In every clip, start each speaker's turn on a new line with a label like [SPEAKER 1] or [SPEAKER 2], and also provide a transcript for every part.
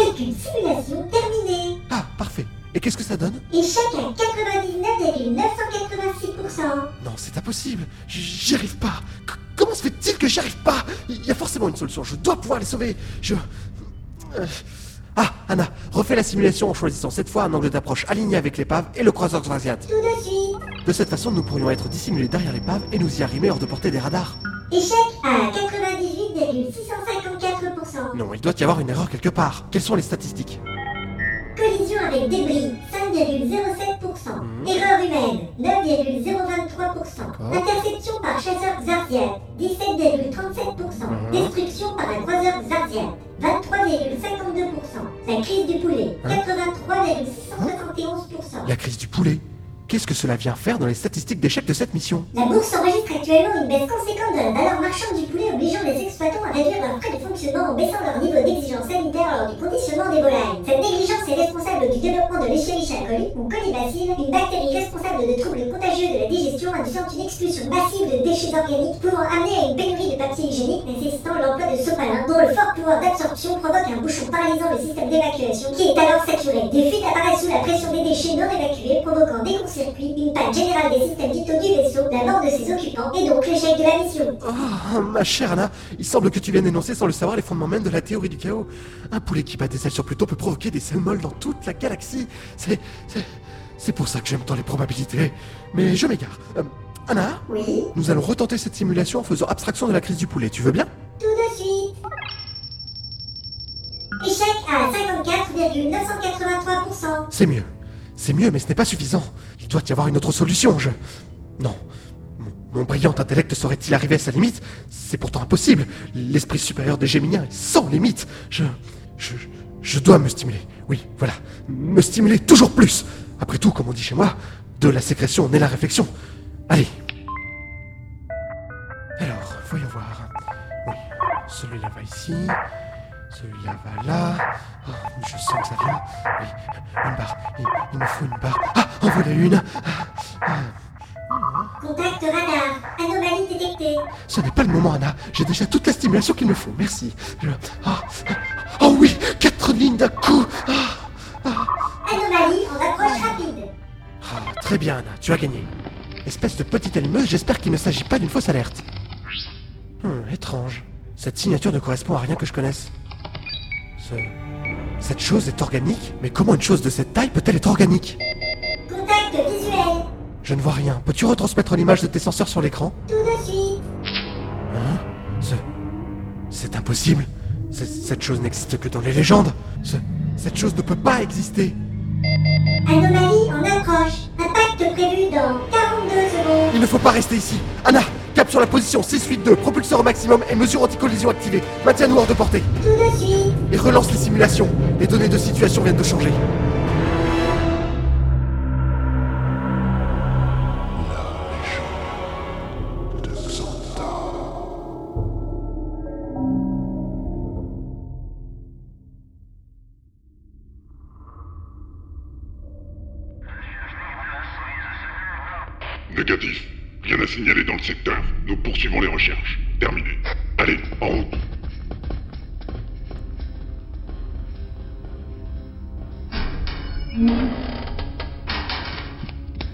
[SPEAKER 1] avec une simulation terminée.
[SPEAKER 2] Ah, parfait. Et qu'est-ce que ça donne
[SPEAKER 1] Échec à 99,986%.
[SPEAKER 2] Non, c'est impossible. J- J'y arrive pas. C- comment se fait-il que j'y arrive pas Il y a forcément une solution. Je dois pouvoir les sauver. Je. Euh. Ah, Anna, refais la simulation en choisissant cette fois un angle d'approche aligné avec l'épave et le croiseur transasiate.
[SPEAKER 1] Tout de suite.
[SPEAKER 2] De cette façon, nous pourrions être dissimulés derrière l'épave et nous y arrimer hors de portée des radars.
[SPEAKER 1] Échec à 98,654%.
[SPEAKER 2] Non, il doit y avoir une erreur quelque part. Quelles sont les statistiques
[SPEAKER 1] Collision avec débris, 5,07%. Erreur humaine, 9,023%. Interception par chasseur Xardian, 17,37%. Destruction par un croiseur Xardian, 23,52%. La crise du poulet, 83,671%.
[SPEAKER 2] La crise du poulet. Qu'est-ce que cela vient faire dans les statistiques d'échec de cette mission
[SPEAKER 1] La bourse enregistre actuellement une baisse conséquente de la valeur marchande du poulet obligeant les exploitants à réduire leurs frais de fonctionnement en baissant leur niveau d'exigence sanitaire lors du conditionnement des volailles. Cette négligence est responsable du développement de l'Escherichia coli ou colibacille, une bactérie responsable de troubles contagieux de la digestion induisant une expulsion massive de déchets organiques pouvant amener à une pénurie de papier hygiénique nécessitant l'emploi de sopalin dont le fort pouvoir d'absorption provoque un bouchon paralysant le système d'évacuation qui est alors saturé. Des fuites apparaissent sous la pression des déchets non évacués provoquant des courts-circuits, une panne générale des systèmes vitaux du vaisseau, la mort de ses occupants et donc l'échec de la mission.
[SPEAKER 2] Oh, ma chère Anna, il semble que tu viennes énoncer sans le savoir les fondements même de la théorie du chaos. Un poulet qui bat des ailes sur Pluton peut provoquer des selles molles dans toute la galaxie. C'est. c'est- C'est pour ça que j'aime tant les probabilités. Mais je m'égare. Euh, Anna,
[SPEAKER 1] Oui,
[SPEAKER 2] nous allons retenter cette simulation en faisant abstraction de la crise du poulet, tu veux bien
[SPEAKER 1] tout de suite. Échec à 54,983%.
[SPEAKER 2] C'est mieux. C'est mieux, mais ce n'est pas suffisant. Il doit y avoir une autre solution, je... Non. Mon, mon brillant intellect serait-il arrivé à sa limite C'est pourtant impossible. L'esprit supérieur des Géminiens est sans limite. Je... Je... Je dois me stimuler. Oui, voilà. Me stimuler toujours plus. Après tout, comme on dit chez moi, de la sécrétion naît la réflexion. Allez. Alors, voyons voir. Oui, celui-là va ici. Celui-là va là. Oh, je sens que ça vient. Oui, une barre. Il, il me faut une barre. Ah, en voilà une. Ah,
[SPEAKER 1] Contact radar. Anomalie détectée.
[SPEAKER 2] Ce n'est pas le moment, Anna. J'ai déjà toute la stimulation qu'il me faut. Merci. Je- Ah, oh oui, quatre lignes d'un coup. Ah,
[SPEAKER 1] Anomalie en approche rapide.
[SPEAKER 2] Ah, très bien, Anna. Tu as gagné. Espèce de petite allumeuse, j'espère qu'il ne s'agit pas d'une fausse alerte. Hmm, étrange. Cette signature ne correspond à rien que je connaisse. Ce... Cette chose est organique Mais comment une chose de cette taille peut-elle être organique
[SPEAKER 1] Contact visuel.
[SPEAKER 2] Je ne vois rien. Peux-tu retransmettre l'image de tes senseurs sur l'écran
[SPEAKER 1] Tout de suite.
[SPEAKER 2] Hein Ce... C'est impossible. C'est- Cette chose n'existe que dans les légendes. Ce- Cette chose ne peut pas exister.
[SPEAKER 1] Anomalie en approche. Impact prévu dans 42 secondes.
[SPEAKER 2] Il ne faut pas rester ici. Anna, cap sur la position 682, propulseur au maximum et mesure anti-collision activée. Maintiens-nous hors de portée.
[SPEAKER 1] Tout de suite.
[SPEAKER 2] Et relance les simulations. Les données de situation viennent de changer.
[SPEAKER 3] Négatif. Rien à signaler dans le secteur. Nous poursuivons les recherches. Terminé. Allez, en route.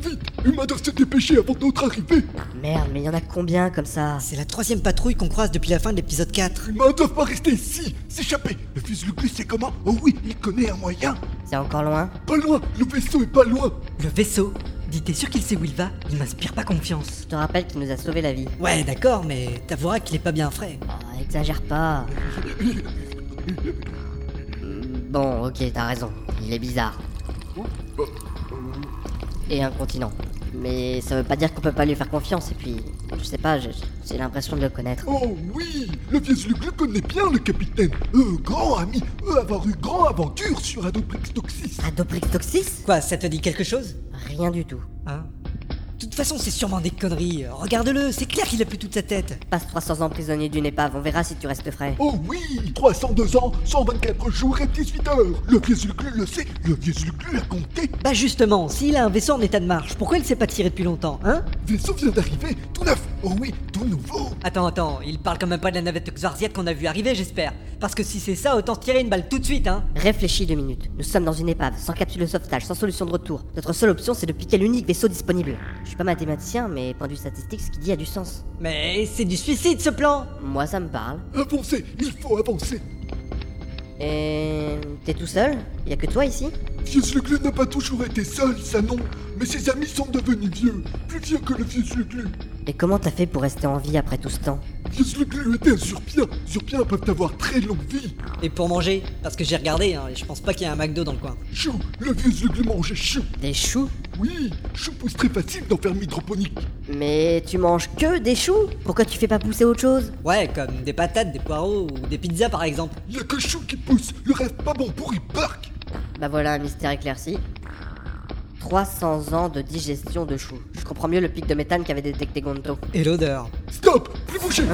[SPEAKER 4] Vite Humain doivent se dépêcher avant notre arrivée
[SPEAKER 5] Merde, mais il y en a combien comme ça
[SPEAKER 6] C'est la troisième patrouille qu'on croise depuis la fin de l'épisode 4.
[SPEAKER 4] Humains doivent pas rester ici S'échapper Le Lugus c'est comment Oh oui, il connaît un moyen
[SPEAKER 5] C'est encore loin
[SPEAKER 4] Pas loin Le vaisseau est pas loin
[SPEAKER 7] Le vaisseau Dit, t'es sûr qu'il sait où il va Il m'inspire pas confiance.
[SPEAKER 5] Je te rappelle qu'il nous a sauvé la vie.
[SPEAKER 6] Ouais, d'accord, mais t'avoueras qu'il est pas bien frais.
[SPEAKER 5] Ah, exagère pas. Bon, ok, t'as raison. Il est bizarre. Et incontinent. Mais ça veut pas dire qu'on peut pas lui faire confiance. Et puis, je sais pas, j'ai j'ai l'impression de le connaître.
[SPEAKER 4] Oh oui Le Lugus le connaît bien, le capitaine Euh, Eux, grands amis Eux euh, avoir eu grande aventure sur Adoprix Toxis
[SPEAKER 5] Adoprix Toxis
[SPEAKER 6] Quoi, ça te dit quelque chose
[SPEAKER 5] Rien du tout.
[SPEAKER 6] Hein De toute façon, c'est sûrement des conneries. Regarde-le, c'est clair qu'il a plus toute sa tête.
[SPEAKER 5] Passe 300 ans prisonnier d'une épave, on verra si tu restes frais.
[SPEAKER 4] Oh oui 302 ans, 124 jours et 18 heures Le Lugus le sait, le Lugus l'a compté
[SPEAKER 6] Bah justement, s'il a un vaisseau en état de marche, pourquoi il s'est pas tiré depuis longtemps, hein
[SPEAKER 4] Vaisseau vient d'arriver, tout neuf Oh oui, tout nouveau
[SPEAKER 6] Attends, attends, il parle quand même pas de la navette Xarziette qu'on a vu arriver, j'espère. Parce que si c'est ça, autant se tirer une balle tout de suite, hein.
[SPEAKER 5] Réfléchis deux minutes. Nous sommes dans une épave, sans capsule de sauvetage, sans solution de retour. Notre seule option, c'est de piquer l'unique vaisseau disponible. Je suis pas mathématicien, mais point de vue statistique, ce qu'il dit a du sens.
[SPEAKER 6] Mais c'est du suicide ce plan
[SPEAKER 5] Moi, ça me parle.
[SPEAKER 4] Avancez, il faut avancer
[SPEAKER 5] Et. T'es tout seul Y a que toi ici
[SPEAKER 4] Vieux Sluglu n'a pas toujours été seul, ça non, mais ses amis sont devenus vieux, plus vieux que le vieux Sluglu.
[SPEAKER 5] Et comment t'as fait pour rester en vie après tout ce temps
[SPEAKER 4] Vieux Sluglu était un surpien, surpiens peuvent avoir très longue vie.
[SPEAKER 6] Et pour manger Parce que j'ai regardé, hein, et je pense pas qu'il y a un McDo dans le coin.
[SPEAKER 4] Chou, le vieux Sluglu mange chou.
[SPEAKER 5] Des choux
[SPEAKER 4] Oui, chou pousse très facile dans ferme hydroponique.
[SPEAKER 5] Mais tu manges que des choux Pourquoi tu fais pas pousser autre chose
[SPEAKER 6] Ouais, comme des patates, des poireaux ou des pizzas par exemple.
[SPEAKER 4] Y a que chou qui pousse, le reste pas bon pour il barque.
[SPEAKER 5] Bah voilà un mystère éclairci. 300 ans de digestion de choux. Je comprends mieux le pic de méthane qu'avait détecté Gonto.
[SPEAKER 6] Et l'odeur.
[SPEAKER 4] Stop, plus bouger.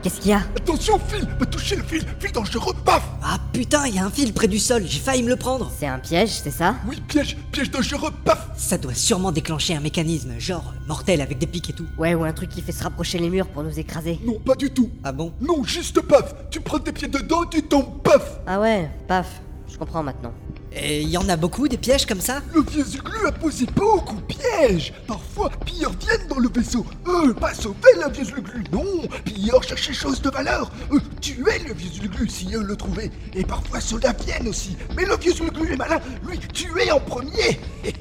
[SPEAKER 5] Qu'est-ce qu'il y a
[SPEAKER 4] Attention, fil, va toucher le fil, fil dangereux, paf
[SPEAKER 6] Ah putain, il y a un fil près du sol, j'ai failli me le prendre
[SPEAKER 5] C'est un piège, c'est ça
[SPEAKER 4] Oui, piège, piège dangereux, paf
[SPEAKER 6] Ça doit sûrement déclencher un mécanisme, genre euh, mortel avec des pics et tout.
[SPEAKER 5] Ouais, ou un truc qui fait se rapprocher les murs pour nous écraser.
[SPEAKER 4] Non, pas du tout.
[SPEAKER 6] Ah bon
[SPEAKER 4] Non, juste paf, tu prends tes pieds dedans, tu tombes, paf
[SPEAKER 5] Ah ouais, paf, je comprends maintenant.
[SPEAKER 6] Et il y en a beaucoup des pièges comme ça
[SPEAKER 4] Le vieux Zuglu a posé beaucoup de pièges Parfois, pilleurs viennent dans le vaisseau Eux, pas sauver le vieux Zuglu, non Pilleurs chercher chose de valeur Eux, tuer le vieux Zuglu si eux le trouvaient Et parfois, soldats viennent aussi Mais le vieux Zuglu est malin, lui, tuer en premier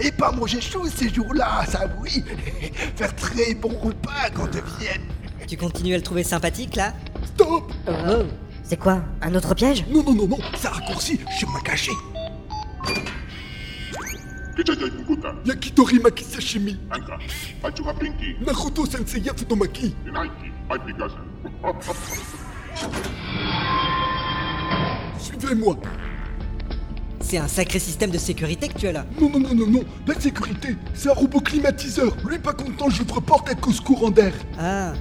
[SPEAKER 4] Et pas manger chaud ces jours-là, ça oui Faire très bon repas quand ils viennent
[SPEAKER 6] Tu continues à le trouver sympathique là
[SPEAKER 4] Stop
[SPEAKER 5] Oh C'est quoi Un autre piège
[SPEAKER 4] Non, non, non, non, ça raccourcit, je me cachais
[SPEAKER 8] Kejajai Muguta,
[SPEAKER 3] hein?
[SPEAKER 4] Yakitori Makisashimi
[SPEAKER 8] Anka, Achuma Pinky,
[SPEAKER 4] Naruto Sensei Yatsunomaki
[SPEAKER 8] Nike, Application.
[SPEAKER 4] Suivez-moi
[SPEAKER 6] C'est un sacré système de sécurité que tu as là.
[SPEAKER 4] Non, non, non, non, non, la sécurité, c'est un robot climatiseur. Lui, pas content, j'ouvre porte à cause courant d'air.
[SPEAKER 6] Ah,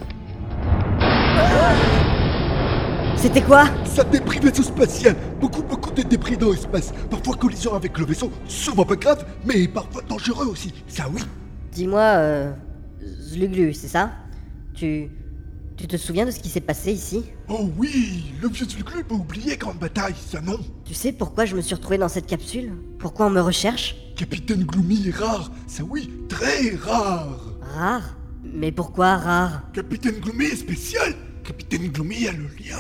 [SPEAKER 5] C'était quoi
[SPEAKER 4] Ça débris vaisseau spatial. Beaucoup, beaucoup de débris dans l'espace. Parfois collision avec le vaisseau, souvent pas grave, mais parfois dangereux aussi. Ça oui.
[SPEAKER 5] Dis-moi, euh. Zluglu, c'est ça Tu. Tu te souviens de ce qui s'est passé ici
[SPEAKER 4] Oh oui, le vieux du club a oublié grande bataille, ça non.
[SPEAKER 5] Tu sais pourquoi je me suis retrouvé dans cette capsule Pourquoi on me recherche
[SPEAKER 4] Capitaine Gloomy est rare, ça oui, très rare.
[SPEAKER 5] Rare Mais pourquoi rare
[SPEAKER 4] Capitaine Gloomy est spécial. Capitaine Gloomy a le lien.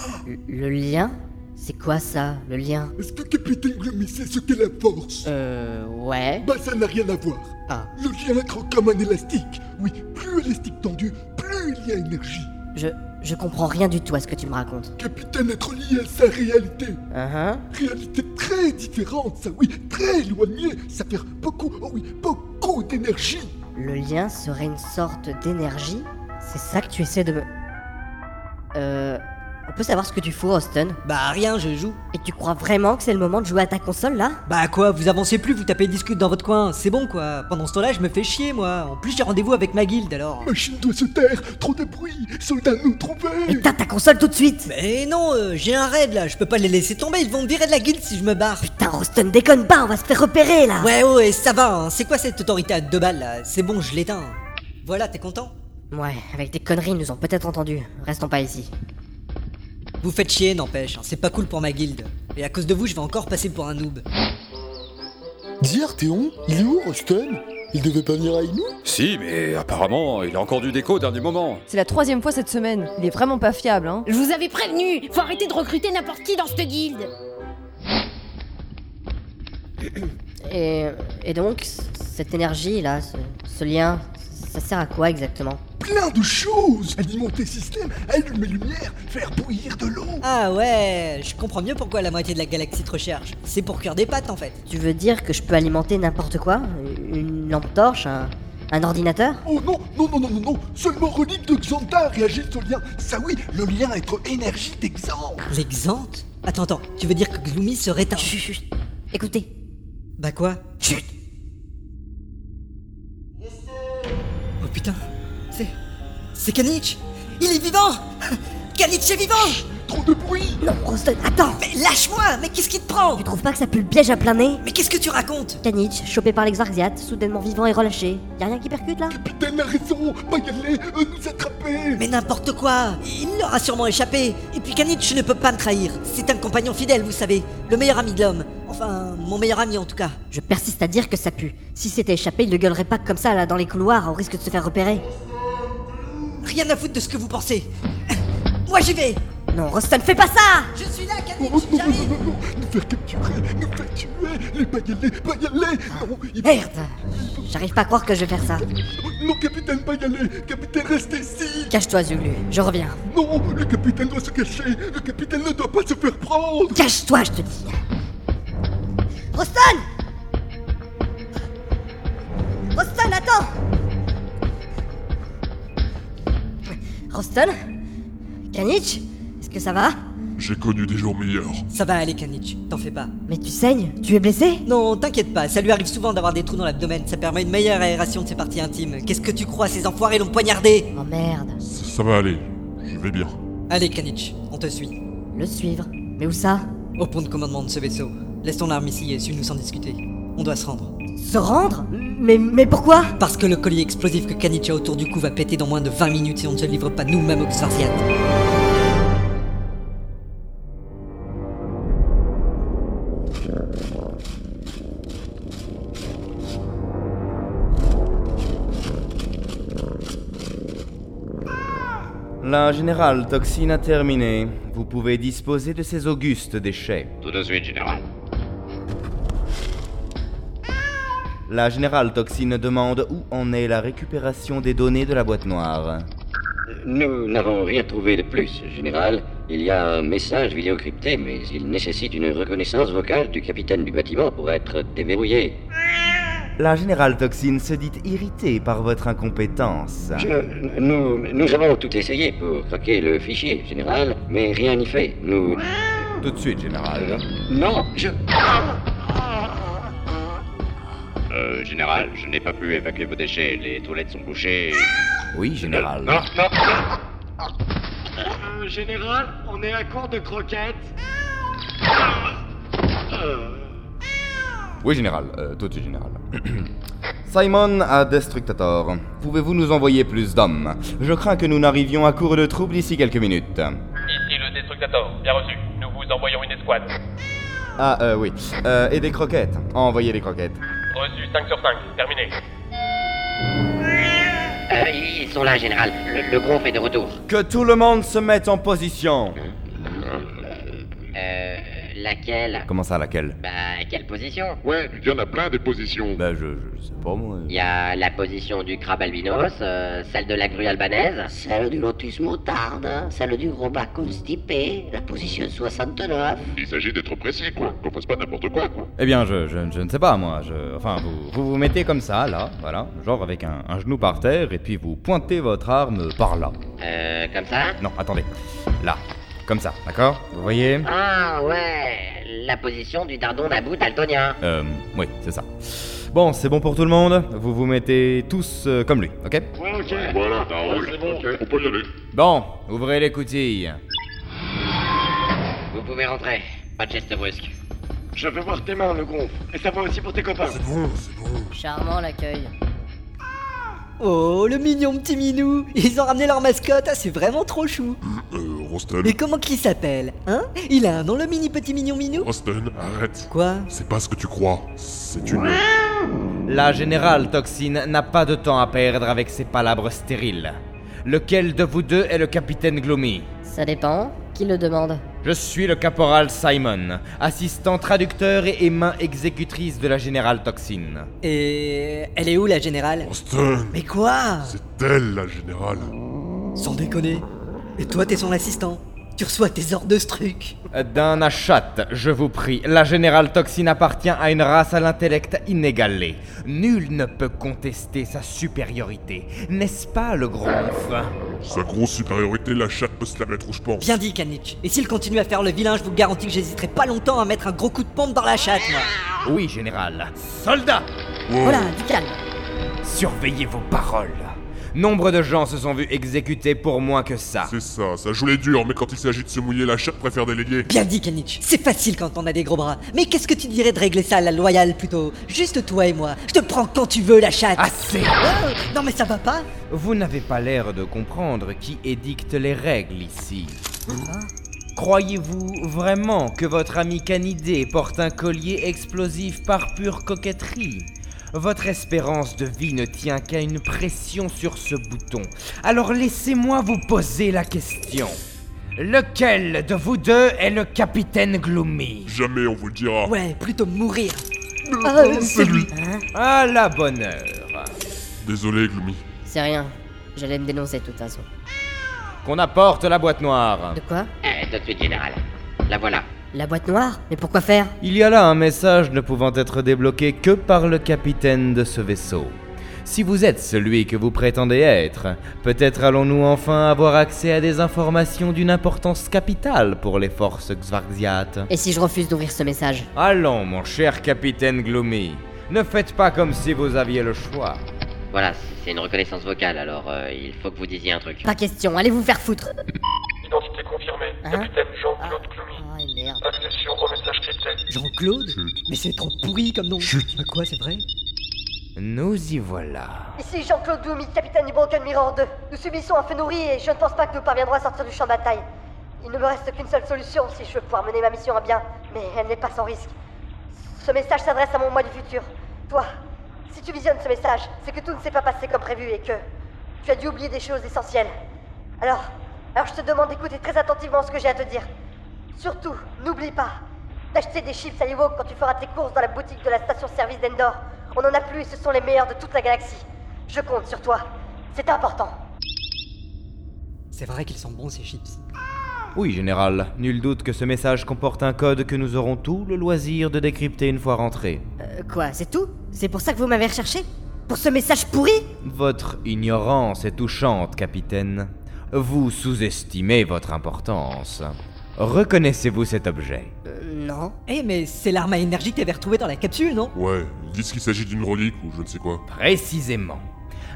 [SPEAKER 5] Le- Le lien C'est quoi ça, le lien
[SPEAKER 4] Est-ce que Capitaine Gloomy sait ce qu'est la force
[SPEAKER 5] Euh. Ouais.
[SPEAKER 4] Bah ça n'a rien à voir.
[SPEAKER 5] Ah.
[SPEAKER 4] Le lien est comme un élastique. Oui, plus élastique tendu, plus il y a énergie.
[SPEAKER 5] Je. Je comprends rien du tout à ce que tu me racontes.
[SPEAKER 4] Capitaine être lié à sa réalité.
[SPEAKER 5] Uh-huh.
[SPEAKER 4] Réalité très différente, ça oui, très éloignée. Ça perd beaucoup, oh oui, beaucoup d'énergie.
[SPEAKER 5] Le lien serait une sorte d'énergie C'est ça que tu essaies de me. Euh. On peut savoir ce que tu fous, Austin
[SPEAKER 6] bah rien, je joue.
[SPEAKER 5] Et tu crois vraiment que c'est le moment de jouer à ta console là
[SPEAKER 6] Bah quoi, vous avancez plus, vous tapez discute dans votre coin, c'est bon quoi. Pendant ce temps-là, je me fais chier moi. En plus, j'ai rendez-vous avec ma guilde alors.
[SPEAKER 4] Machine doit se taire, trop de bruit, soldats nous trouver.
[SPEAKER 5] Éteins ta console tout de suite
[SPEAKER 6] Hmm. Mais non, euh, j'ai un raid là, je peux pas les laisser tomber, ils vont me virer de la guilde si je me barre.
[SPEAKER 5] Putain, Roston, déconne pas, on va se faire repérer là
[SPEAKER 6] Ouais, ouais, ça va, hein. c'est quoi cette autorité à deux balles là C'est bon, je l'éteins. Voilà, t'es content
[SPEAKER 5] Ouais, avec tes conneries, ils nous ont peut-être entendus. Restons pas ici.
[SPEAKER 6] Vous faites chier, n'empêche, hein, c'est pas cool pour ma guilde. Et à cause de vous, je vais encore passer pour un noob.
[SPEAKER 9] Dire Théon, il est où Rosten Il devait pas venir avec nous
[SPEAKER 10] Si, mais apparemment, il a encore du déco au dernier moment.
[SPEAKER 11] C'est la troisième fois cette semaine. Il est vraiment pas fiable, hein.
[SPEAKER 12] Je vous avais prévenu Faut arrêter de recruter n'importe qui dans cette guilde
[SPEAKER 5] Et, et donc, c- cette énergie là, ce, ce lien, ça sert à quoi exactement
[SPEAKER 4] Plein de choses. Alimenter système, allumer lumière, faire bouillir de l'eau.
[SPEAKER 6] Ah ouais, je comprends mieux pourquoi la moitié de la galaxie te recherche. C'est pour cuire des pâtes en fait.
[SPEAKER 5] Tu veux dire que je peux alimenter n'importe quoi Une lampe torche un, un ordinateur
[SPEAKER 4] Oh non, non, non, non, non, non, seulement relique de Xanta réagit au lien. Ça oui, le lien être énergie d'exemple.
[SPEAKER 6] L'exemple Attends, attends, tu veux dire que Gloomy serait un.
[SPEAKER 5] Chut, chut, chut. Écoutez,
[SPEAKER 6] Bah quoi Chut Oh putain, c'est. C'est Kanich Il est vivant Kanich est vivant
[SPEAKER 4] trop de bruit
[SPEAKER 5] Non, Roston, attends
[SPEAKER 6] Mais lâche-moi Mais qu'est-ce qui te prend
[SPEAKER 5] Tu trouves pas que ça pue le piège à plein nez
[SPEAKER 6] Mais qu'est-ce que tu racontes
[SPEAKER 5] Kanich, chopé par l'exarxiate, soudainement vivant et relâché. Y a rien qui percute là
[SPEAKER 4] Capitaine a raison, pas y aller, euh, nous attraper
[SPEAKER 6] Mais n'importe quoi Il leur a sûrement échappé Et puis Kanich ne peut pas me trahir C'est un compagnon fidèle, vous savez Le meilleur ami de l'homme Enfin, mon meilleur ami en tout cas
[SPEAKER 5] Je persiste à dire que ça pue. Si c'était échappé, il ne gueulerait pas comme ça là dans les couloirs au risque de se faire repérer.
[SPEAKER 6] Rien à foutre de ce que vous pensez Moi j'y vais
[SPEAKER 5] Non, Roston, fais pas ça
[SPEAKER 6] Je suis là,
[SPEAKER 4] Oh, non,
[SPEAKER 6] Kanich
[SPEAKER 4] non, non,
[SPEAKER 6] J'arrive
[SPEAKER 4] non, non, nous faire capturer, nous faire tuer, les pas y aller, pas y aller Non, il
[SPEAKER 5] Merde J'arrive pas à croire que je vais faire ça.
[SPEAKER 4] Non, capitaine, pas y aller Capitaine, restez ici
[SPEAKER 5] Cache-toi, Zulu, je reviens.
[SPEAKER 4] Non, le capitaine doit se cacher Le capitaine ne doit pas se faire prendre
[SPEAKER 5] Cache-toi, je te dis Roston Roston, attends Roston Kanich Est-ce que ça va
[SPEAKER 3] J'ai connu des jours meilleurs.
[SPEAKER 6] Ça va aller, Kanich, t'en fais pas.
[SPEAKER 5] Mais tu saignes Tu es blessé
[SPEAKER 6] Non, t'inquiète pas, ça lui arrive souvent d'avoir des trous dans l'abdomen, ça permet une meilleure aération de ses parties intimes. Qu'est-ce que tu crois, ces enfoirés l'ont poignardé
[SPEAKER 5] Oh merde
[SPEAKER 3] Ça, ça va aller. Je vais bien.
[SPEAKER 6] Allez, Kanich, on te suit.
[SPEAKER 5] Le suivre Mais où ça
[SPEAKER 6] Au pont de commandement de ce vaisseau. Laisse ton arme ici et suis-nous sans discuter. On doit se rendre.
[SPEAKER 5] Se rendre Mais, mais pourquoi
[SPEAKER 6] Parce que le collier explosif que Kanich a autour du cou va péter dans moins de 20 minutes si on ne se livre pas nous-mêmes aux Xarziat.
[SPEAKER 10] La générale toxine a terminé. Vous pouvez disposer de ces augustes déchets.
[SPEAKER 3] Tout de suite, général.
[SPEAKER 10] La générale toxine demande où en est la récupération des données de la boîte noire.
[SPEAKER 13] Nous n'avons rien trouvé de plus, général. Il y a un message vidéocrypté, mais il nécessite une reconnaissance vocale du capitaine du bâtiment pour être déverrouillé.
[SPEAKER 10] La générale toxine se dit irritée par votre incompétence.
[SPEAKER 13] Je- nous, nous avons tout essayé pour craquer le fichier, général, mais rien n'y fait. Nous...
[SPEAKER 10] Tout de suite, général.
[SPEAKER 13] Non, je...
[SPEAKER 14] Euh, général, je n'ai pas pu évacuer vos déchets. Les toilettes sont bouchées.
[SPEAKER 10] Oui, général.
[SPEAKER 15] Euh, général, on est à court de croquettes.
[SPEAKER 10] Oui, général. Euh, tout de suite, général. Simon à Destructator. Pouvez-vous nous envoyer plus d'hommes Je crains que nous n'arrivions à court de troubles d'ici quelques minutes.
[SPEAKER 16] Ici le Destructator, bien reçu. Nous vous envoyons une escouade.
[SPEAKER 10] Ah, euh, oui. Euh, et des croquettes. Envoyez des croquettes.
[SPEAKER 16] Reçu 5 sur 5, terminé.
[SPEAKER 13] Euh, ils sont là, général. Le, le groupe est de retour.
[SPEAKER 10] Que tout le monde se mette en position.
[SPEAKER 13] Euh, laquelle
[SPEAKER 10] Comment ça, laquelle
[SPEAKER 13] Bah, quelle position
[SPEAKER 3] Ouais, il y en a plein des positions.
[SPEAKER 10] Bah, je, je sais pas, moi.
[SPEAKER 13] Il y a la position du crabe albinos, euh, celle de la grue albanaise, celle du lotus moutarde, celle du gros bac constipé, la position 69.
[SPEAKER 3] Il s'agit d'être pressé, quoi. Qu'on fasse pas n'importe quoi, quoi.
[SPEAKER 10] Eh bien, je, je- je ne sais pas, moi. Je, enfin, vous, vous vous mettez comme ça, là, voilà. Genre avec un, un genou par terre, et puis vous pointez votre arme par là.
[SPEAKER 13] Euh, comme ça
[SPEAKER 10] Non, attendez. Là. Comme ça, d'accord Vous voyez
[SPEAKER 13] Ah ouais, la position du dardon d'about daltonien.
[SPEAKER 10] Euh, oui, c'est ça. Bon, c'est bon pour tout le monde Vous vous mettez tous euh, comme lui, ok
[SPEAKER 15] ok.
[SPEAKER 3] Voilà, ça roule.
[SPEAKER 15] c'est bon.
[SPEAKER 3] On peut y aller.
[SPEAKER 10] Bon, ouvrez les coutilles.
[SPEAKER 13] Vous pouvez rentrer, pas de geste brusque.
[SPEAKER 15] Je veux voir tes mains, le gronf. Et ça va aussi pour tes
[SPEAKER 4] Ah,
[SPEAKER 15] copains.
[SPEAKER 5] Charmant l'accueil.
[SPEAKER 6] Oh, le mignon petit minou Ils ont ramené leur mascotte, ah, c'est vraiment trop chou
[SPEAKER 3] Euh, Roston.
[SPEAKER 6] Mais comment qu'il s'appelle Hein Il a un nom, le mini petit mignon minou
[SPEAKER 3] Roston, arrête.
[SPEAKER 6] Quoi
[SPEAKER 3] C'est pas ce que tu crois. C'est une.
[SPEAKER 10] La générale Toxine n'a pas de temps à perdre avec ces palabres stériles. Lequel de vous deux est le capitaine Gloomy
[SPEAKER 5] Ça dépend. Qui le demande
[SPEAKER 10] Je suis le caporal Simon, assistant traducteur et et main exécutrice de la générale Toxine.
[SPEAKER 6] Et elle est où la générale
[SPEAKER 3] Roston,
[SPEAKER 6] Mais quoi
[SPEAKER 3] c'est elle, la générale.
[SPEAKER 6] Sans déconner. Et toi, t'es son assistant. Tu reçois tes ordres de ce truc.
[SPEAKER 10] D'un achat, je vous prie, la générale Toxine appartient à une race à l'intellect inégalé. Nul ne peut contester sa supériorité, n'est-ce pas, le gronf
[SPEAKER 3] Sa grosse supériorité, la chatte peut se la mettre où je pense.
[SPEAKER 6] Bien dit, Kanich. Et s'il continue à faire le vilain, je vous garantis que j'hésiterai pas longtemps à mettre un gros coup de pompe dans la chatte, moi.
[SPEAKER 10] Oui, général. Soldats
[SPEAKER 3] Wow.
[SPEAKER 5] Voilà, du calme.
[SPEAKER 10] Surveillez vos paroles. Nombre de gens se sont vus exécuter pour moins que ça.
[SPEAKER 17] C'est ça, ça joue les durs, mais quand il s'agit de se mouiller, la chair préfère déléguer.
[SPEAKER 6] Bien dit, Kanich. C'est facile quand on a des gros bras. Mais qu'est-ce que tu dirais de régler ça à la loyale plutôt Juste toi et moi. Je te prends quand tu veux, la chatte.
[SPEAKER 10] Assez hein?
[SPEAKER 6] Ah, Non, mais ça va pas
[SPEAKER 10] Vous n'avez pas l'air de comprendre qui édicte les règles ici. Croyez-vous vraiment que votre ami canidé porte un collier explosif par pure coquetterie Votre espérance de vie ne tient qu'à une pression sur ce bouton. Alors laissez-moi vous poser la question. Lequel de vous deux est le capitaine Gloomy
[SPEAKER 17] Jamais on vous le dira.
[SPEAKER 6] Ouais, plutôt mourir.
[SPEAKER 17] Ah,
[SPEAKER 5] euh,
[SPEAKER 17] c'est lui.
[SPEAKER 10] À la bonne heure.
[SPEAKER 17] Désolé, Gloomy.
[SPEAKER 5] C'est rien. J'allais me dénoncer de toute façon.
[SPEAKER 10] Qu'on apporte la boîte noire.
[SPEAKER 5] De quoi
[SPEAKER 13] Eh, tout de suite, général. La voilà.
[SPEAKER 5] La boîte noire Mais pourquoi faire
[SPEAKER 10] Il y a là un message ne pouvant être débloqué que par le capitaine de ce vaisseau. Si vous êtes celui que vous prétendez être, peut-être allons-nous enfin avoir accès à des informations d'une importance capitale pour les forces Xvarxiates.
[SPEAKER 5] Et si je refuse d'ouvrir ce message
[SPEAKER 10] Allons, mon cher capitaine Gloomy, ne faites pas comme si vous aviez le choix.
[SPEAKER 13] Voilà, c'est une reconnaissance vocale, alors euh, il faut que vous disiez un truc.
[SPEAKER 5] Pas question, allez vous faire foutre Hein Ah.
[SPEAKER 16] Identité confirmée. Capitaine Jean-Claude
[SPEAKER 5] Oh,
[SPEAKER 16] Clomy. Accession au message crypté.
[SPEAKER 7] Jean-Claude Mais c'est trop pourri comme nom. Bah quoi, c'est vrai
[SPEAKER 10] Nous y voilà.
[SPEAKER 18] Ici Jean-Claude Doumi, capitaine du Broken Mirror 2. Nous subissons un feu nourri et je ne pense pas que nous parviendrons à sortir du champ de bataille. Il ne me reste qu'une seule solution si je veux pouvoir mener ma mission à bien, mais elle n'est pas sans risque. Ce message s'adresse à mon moi du futur. Toi, si tu visionnes ce message, c'est que tout ne s'est pas passé comme prévu et que tu as dû oublier des choses essentielles. Alors, alors je te demande d'écouter très attentivement ce que j'ai à te dire. Surtout, n'oublie pas d'acheter des chips à Ewok quand tu feras tes courses dans la boutique de la station-service d'Endor. On en a plus et ce sont les meilleurs de toute la galaxie. Je compte sur toi. C'est important.
[SPEAKER 7] C'est vrai qu'ils sont bons ces chips.
[SPEAKER 10] Oui, général, nul doute que ce message comporte un code que nous aurons tout le loisir de décrypter une fois rentrés.
[SPEAKER 5] Euh, Quoi, c'est tout C'est pour ça que vous m'avez recherché Pour ce message pourri
[SPEAKER 10] Votre ignorance est touchante, capitaine. Vous sous-estimez votre importance. Reconnaissez-vous cet objet
[SPEAKER 5] Non.
[SPEAKER 7] Eh, mais c'est l'arme à énergie que t'avais retrouvée dans la capsule, non
[SPEAKER 17] Ouais, ils disent qu'il s'agit d'une relique ou je ne sais quoi.
[SPEAKER 10] Précisément.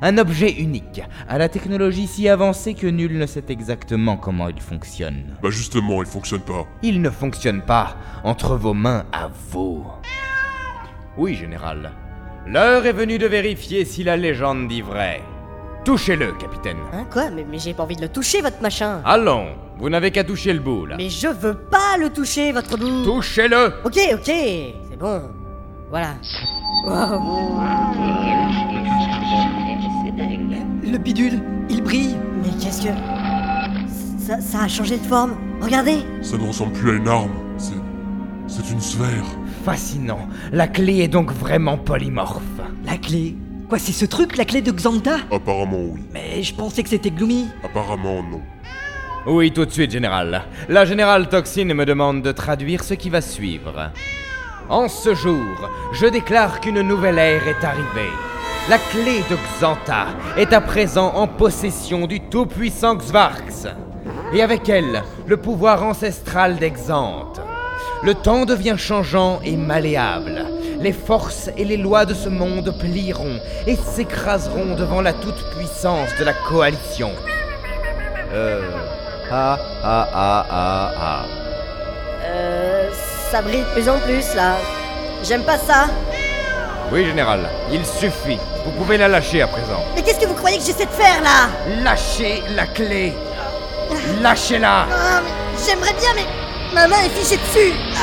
[SPEAKER 10] Un objet unique, à la technologie si avancée que nul ne sait exactement comment il fonctionne.
[SPEAKER 17] Bah justement, il fonctionne pas.
[SPEAKER 10] Il ne fonctionne pas entre vos mains à vous. Oui, général. L'heure est venue de vérifier si la légende dit vrai. Touchez-le, capitaine.
[SPEAKER 5] Hein, quoi Mais, mais j'ai pas envie de le toucher, votre machin
[SPEAKER 10] Allons, vous n'avez qu'à toucher le bout, là.
[SPEAKER 5] Mais je veux pas le toucher, votre bout
[SPEAKER 10] Touchez-le
[SPEAKER 5] Ok, ok C'est bon. Voilà.
[SPEAKER 7] Le bidule, il brille
[SPEAKER 5] Mais qu'est-ce que... Ça, ça a changé de forme Regardez
[SPEAKER 17] Ça ne ressemble plus à une arme. C'est. C'est une sphère.
[SPEAKER 10] Fascinant. La clé est donc vraiment polymorphe.
[SPEAKER 7] La clé Quoi, c'est ce truc, la clé de Xanta
[SPEAKER 17] Apparemment, oui.
[SPEAKER 7] Mais je pensais que c'était Gloomy.
[SPEAKER 17] Apparemment, non.
[SPEAKER 10] Oui, tout de suite, général. La générale Toxine me demande de traduire ce qui va suivre. En ce jour, je déclare qu'une nouvelle ère est arrivée. La clé de Xanta est à présent en possession du tout-puissant Xvarx. Et avec elle, le pouvoir ancestral d'Exante. Le temps devient changeant et malléable. Les forces et les lois de ce monde plieront et s'écraseront devant la toute-puissance de la coalition. Euh. Ah, ah, ah, ah, ah.
[SPEAKER 5] Euh... Ça brille de plus en plus, là. J'aime pas ça
[SPEAKER 10] Oui, général, il suffit. Vous pouvez la lâcher à présent.
[SPEAKER 5] Mais qu'est-ce que vous croyez que j'essaie de faire, là
[SPEAKER 10] Lâchez la clé Lâchez-la
[SPEAKER 5] Ah, mais j'aimerais bien, mais... Ma main est fichée dessus Ah,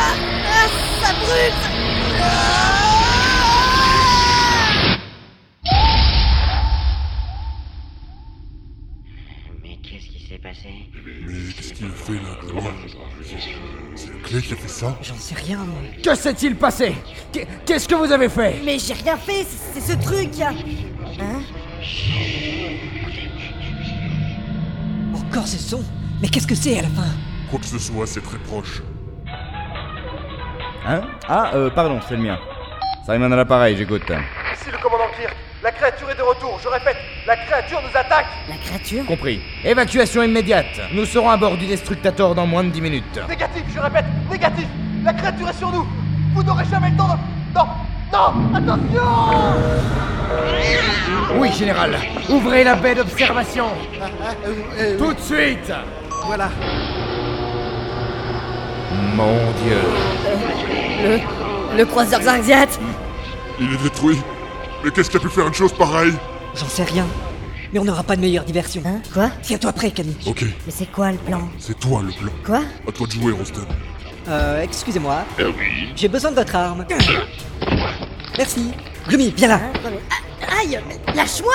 [SPEAKER 5] ah, ça brûle ça- Ah
[SPEAKER 13] Mais qu'est-ce qui s'est passé
[SPEAKER 17] Mais qu'est-ce qu'il a fait là Gloomy C'est la clé qui a fait ça
[SPEAKER 7] J'en sais rien, moi.
[SPEAKER 10] Que s'est-il passé Qu'est- Qu'est-ce que vous avez fait
[SPEAKER 5] Mais j'ai rien fait, c'est c'est ce truc Hein
[SPEAKER 7] Encore ce son Mais qu'est-ce que c'est à la fin
[SPEAKER 17] Quoi que ce soit, c'est très proche.
[SPEAKER 10] Hein Ah, euh, pardon, c'est le mien. Simon à l'appareil, j'écoute.
[SPEAKER 19] Ici le commandant Clear. La créature est de retour. Je répète, la créature nous attaque.
[SPEAKER 5] La créature
[SPEAKER 10] Compris. Évacuation immédiate. Nous serons à bord du Destructator dans moins de 10 minutes.
[SPEAKER 19] Négatif, je répète, négatif. La créature est sur nous. Vous n'aurez jamais le temps d'en- d'en- Non Attention
[SPEAKER 10] Oui, général. Ouvrez la baie d'observation. Tout de suite.
[SPEAKER 4] Voilà.
[SPEAKER 10] Mon Dieu.
[SPEAKER 20] Le. Le croiseur Zarxiat
[SPEAKER 17] Il est détruit. Mais qu'est-ce qui a pu faire une chose pareille
[SPEAKER 6] J'en sais rien. Mais on n'aura pas de meilleure diversion. Hein
[SPEAKER 5] Quoi
[SPEAKER 6] Tiens-toi prêt, Kanich.
[SPEAKER 17] Ok,
[SPEAKER 5] Mais c'est quoi le plan
[SPEAKER 17] c'est toi le plan.
[SPEAKER 5] Quoi
[SPEAKER 17] À toi de jouer, Rostan.
[SPEAKER 6] Euh, excusez-moi.
[SPEAKER 3] Euh, oui.
[SPEAKER 6] J'ai besoin de votre arme. Merci. Gloomy, viens là.
[SPEAKER 5] Hein, Ah, Aïe Lâche-moi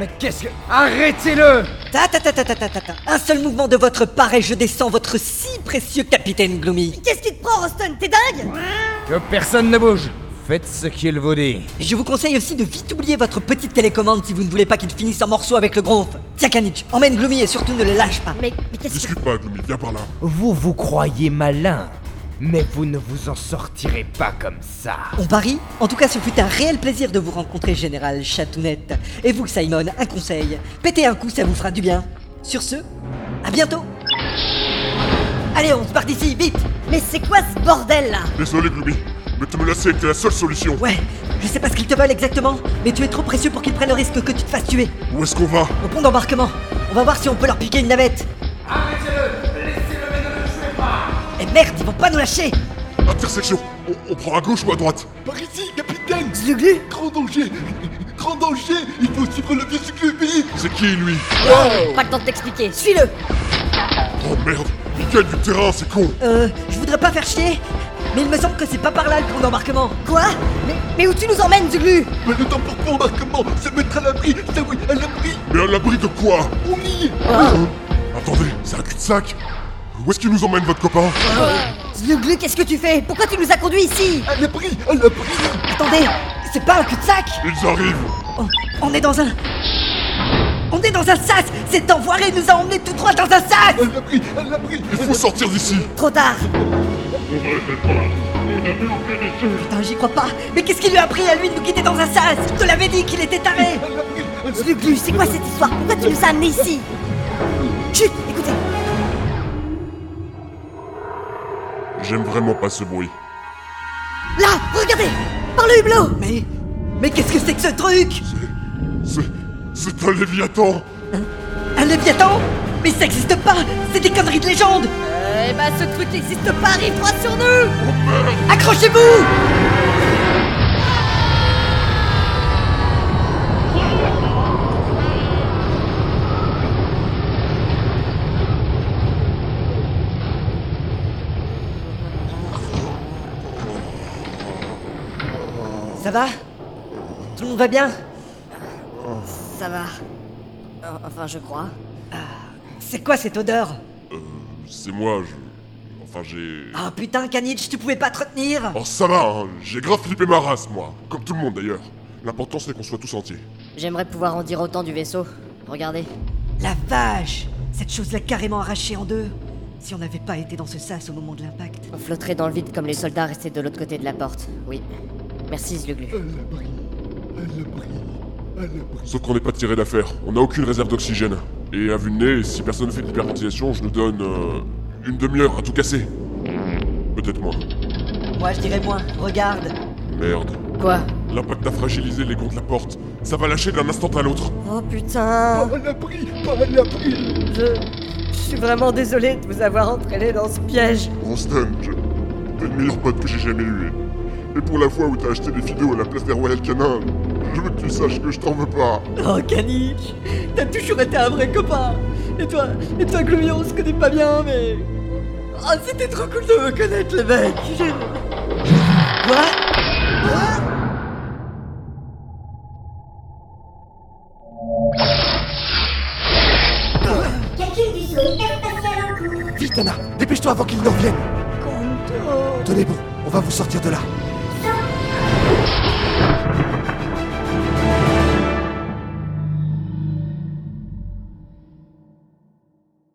[SPEAKER 10] Mais qu'est-ce que. Arrêtez-le
[SPEAKER 6] Ta ta ta ta ta ta ta ta. Un seul mouvement de votre part et je descends votre si précieux capitaine Gloomy.
[SPEAKER 5] Qu'est-ce qui te prend, Roston T'es dingue
[SPEAKER 10] Que personne ne bouge. Faites ce qu'il vous dit.
[SPEAKER 6] Et Je vous conseille aussi de vite oublier votre petite télécommande si vous ne voulez pas qu'il finisse en morceaux avec le gronf. Tiens, Kanich, emmène Gloomy et surtout ne le lâche pas.
[SPEAKER 5] Mais, mais qu'est-ce
[SPEAKER 17] Discute pas, Gloomy, viens par là.
[SPEAKER 10] Vous vous croyez malin, mais vous ne vous en sortirez pas comme ça.
[SPEAKER 6] On parie En tout cas, ce fut un réel plaisir de vous rencontrer, Général Chatounette. Et vous, Simon, un conseil. Pétez un coup, ça vous fera du bien. Sur ce, à bientôt Allez, on se part d'ici, vite
[SPEAKER 5] Mais c'est quoi ce bordel là
[SPEAKER 17] Désolé, Gloomy, mais te menacer était la seule solution.
[SPEAKER 6] Ouais, je sais pas ce qu'ils te veulent exactement, mais tu es trop précieux pour qu'ils prennent le risque que tu te fasses tuer.
[SPEAKER 17] Où est-ce qu'on va
[SPEAKER 6] Au pont d'embarquement, on va voir si on peut leur piquer une navette.
[SPEAKER 16] Arrêtez-le Laissez-le, mais ne le tuez pas
[SPEAKER 6] Et Eh merde, ils vont pas nous lâcher
[SPEAKER 17] Intersection on, on prend à gauche ou à droite
[SPEAKER 4] Par ici, capitaine Zuglu Grand danger Grand danger Il faut suivre le vieux Zuglu, vite
[SPEAKER 17] C'est qui, lui
[SPEAKER 5] Pas le temps de t'expliquer, suis-le
[SPEAKER 17] Oh merde Il gagne du terrain, c'est con
[SPEAKER 6] Euh, je voudrais pas faire chier, mais il me semble que c'est pas par là le pont d'embarquement.
[SPEAKER 5] Quoi mais, mais où tu nous emmènes, Zulu
[SPEAKER 4] Mais le temps pour pont d'embarquement, c'est mettre à l'abri Ça oui, à l'abri
[SPEAKER 17] Mais à l'abri de quoi
[SPEAKER 4] On y est
[SPEAKER 17] Euh, Attendez, c'est un cul-de-sac Où est-ce qu'il nous emmène, votre copain
[SPEAKER 5] Zulu, qu'est-ce que tu fais Pourquoi tu nous as conduits ici
[SPEAKER 4] À l'abri À l'abri
[SPEAKER 6] Attendez, c'est pas un cul-de-sac
[SPEAKER 17] Ils arrivent
[SPEAKER 6] On- On est dans un. On est dans un sas Cet enfoiré nous a emmenés tous trois dans un sas
[SPEAKER 4] À l'abri À l'abri
[SPEAKER 17] Il faut sortir d'ici
[SPEAKER 5] Trop tard
[SPEAKER 6] Putain, j'y crois pas Mais qu'est-ce qui lui a pris à lui de nous quitter dans un sas Je te l'avais dit qu'il était taré
[SPEAKER 4] À l'abri
[SPEAKER 5] Zulu, c'est quoi cette histoire Pourquoi tu nous as amenés ici Chut, écoutez
[SPEAKER 17] J'aime vraiment pas ce bruit.
[SPEAKER 5] Là, regardez Par le hublot
[SPEAKER 6] Mais. Mais qu'est-ce que c'est que ce truc
[SPEAKER 17] C'est... c'est un Léviathan
[SPEAKER 6] Un Léviathan Mais ça existe pas C'est des conneries de légende
[SPEAKER 5] Eh ben, ce truc n'existe pas, arrive droit sur nous
[SPEAKER 6] Accrochez-vous Ça va Tout le monde va bien
[SPEAKER 5] Ça va. Euh, Enfin, je crois.
[SPEAKER 6] C'est quoi cette odeur
[SPEAKER 17] C'est moi, je... Enfin, j'ai...
[SPEAKER 6] Ah putain, Kanich, tu pouvais pas te retenir
[SPEAKER 17] Oh, ça va, hein. J'ai grave flippé ma race, moi. Comme tout le monde, d'ailleurs. L'important, c'est qu'on soit tous entiers.
[SPEAKER 5] J'aimerais pouvoir en dire autant du vaisseau. Regardez.
[SPEAKER 6] La vache Cette chose l'a carrément arrachée en deux Si on n'avait pas été dans ce sas au moment de l'impact.
[SPEAKER 5] On flotterait dans le vide comme les soldats restés de l'autre côté de la porte. Oui. Merci, Zluglu.
[SPEAKER 4] À l'abri À l'abri À l'abri
[SPEAKER 17] Sauf qu'on n'est pas tiré d'affaire. On n'a aucune réserve d'oxygène. Et à vue de nez, si personne fait de l'hyperventilation, je nous donne... euh, une demi-heure à tout casser. Peut-être moins.
[SPEAKER 6] Moi, je dirais moins. Regarde
[SPEAKER 17] Merde.
[SPEAKER 5] Quoi
[SPEAKER 17] L'impact a fragilisé les gonds de la porte. Ça va lâcher d'un instant à l'autre.
[SPEAKER 5] Oh putain
[SPEAKER 4] Pas à l'abri Pas à l'abri
[SPEAKER 20] Je. Je suis vraiment désolée de vous avoir entraîné dans ce piège.
[SPEAKER 17] Ronston, je... t'es le meilleur pote que j'ai jamais eu. Et- Et pour la fois où t'as acheté des vidéos à la place des Royal Canin, je veux que tu saches que je t'en veux pas.
[SPEAKER 6] Oh, Kanich T'as toujours été un vrai copain Et toi, et toi, Gloomy, on se connaît pas bien, mais... Ah, c'était trop cool de me connaître, les mecs Quoi
[SPEAKER 1] Calcul du saut hyperspatial en cours.
[SPEAKER 2] Vite, Anna, dépêche-toi avant qu'ils n'en viennent. Tenez bon, on va vous sortir de là.
[SPEAKER 6] Comment tu te sens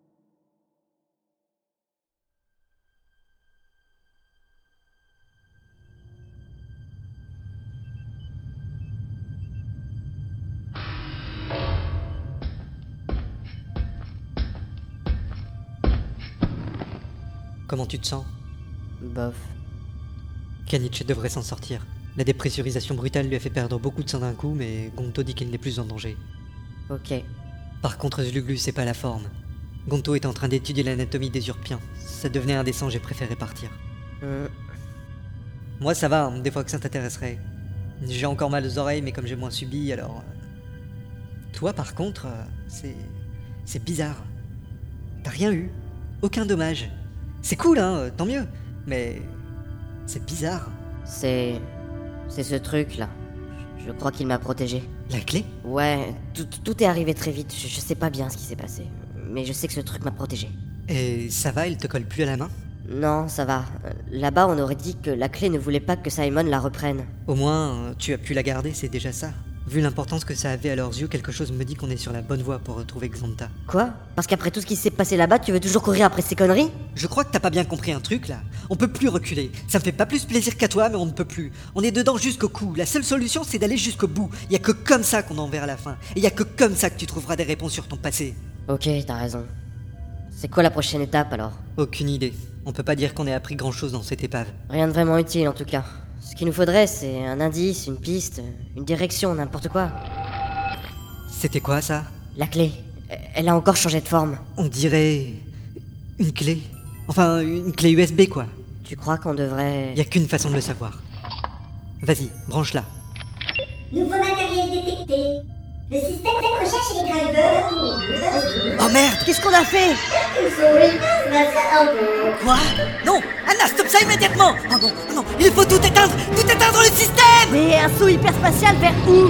[SPEAKER 5] Bof.
[SPEAKER 6] Kanich devrait s'en sortir. La dépressurisation brutale lui a fait perdre beaucoup de sang d'un coup, mais Gonto dit qu'il n'est plus en danger.
[SPEAKER 5] Ok.
[SPEAKER 6] Par contre, Zluglu, c'est pas la forme. Gonto est en train d'étudier l'anatomie des Urpiens. Ça devenait indécent, j'ai préféré partir.
[SPEAKER 5] Euh,
[SPEAKER 6] Moi, ça va, hein, des fois que ça t'intéresserait. J'ai encore mal aux oreilles, mais comme j'ai moins subi, alors. euh, Toi, par contre, euh, c'est. C'est bizarre. T'as rien eu. Aucun dommage. C'est cool, hein, euh, tant mieux. Mais. C'est bizarre.
[SPEAKER 5] C'est. C'est ce truc là. Je je crois qu'il m'a protégé.
[SPEAKER 6] La clé
[SPEAKER 5] Ouais, tout, tout est arrivé très vite. Je, je sais pas bien ce qui s'est passé. Mais je sais que ce truc m'a protégé.
[SPEAKER 6] Et ça va, il te colle plus à la main
[SPEAKER 5] Non, ça va. Euh, Là-bas, on aurait dit que la clé ne voulait pas que Simon la reprenne.
[SPEAKER 6] Au moins, euh, tu as pu la garder, c'est déjà ça. Vu l'importance que ça avait à leurs yeux, quelque chose me dit qu'on est sur la bonne voie pour retrouver Xanta.
[SPEAKER 5] Quoi Parce qu'après tout ce qui s'est passé là-bas, tu veux toujours courir après ces conneries
[SPEAKER 6] Je crois que t'as pas bien compris un truc là. On peut plus reculer. Ça me fait pas plus plaisir qu'à toi, mais on ne peut plus. On est dedans jusqu'au cou. La seule solution, c'est d'aller jusqu'au bout. Y a que comme ça qu'on en verra la fin. Et y a que comme ça que tu trouveras des réponses sur ton passé.
[SPEAKER 5] Ok, t'as raison. C'est quoi la prochaine étape alors
[SPEAKER 6] Aucune idée. On peut pas dire qu'on ait appris grand chose dans cette épave.
[SPEAKER 5] Rien de vraiment utile en tout cas. Ce qu'il nous faudrait, c'est un indice, une piste, une direction, n'importe quoi.
[SPEAKER 6] C'était quoi ça
[SPEAKER 5] La clé. Euh, Elle a encore changé de forme.
[SPEAKER 6] On dirait. une clé. Enfin, une clé USB quoi.
[SPEAKER 5] Tu crois qu'on devrait.
[SPEAKER 6] Y a qu'une façon de le savoir. Vas-y, branche-la.
[SPEAKER 1] Nouveau matériel détecté. Le système de recherche et les drivers.
[SPEAKER 21] Oh merde, qu'est-ce qu'on a fait Quoi Non
[SPEAKER 6] Ah,
[SPEAKER 21] Anna, stop ça immédiatement Oh non, oh non, il faut tout éteindre Tout éteindre le système
[SPEAKER 22] Mais un saut hyperspatial vers où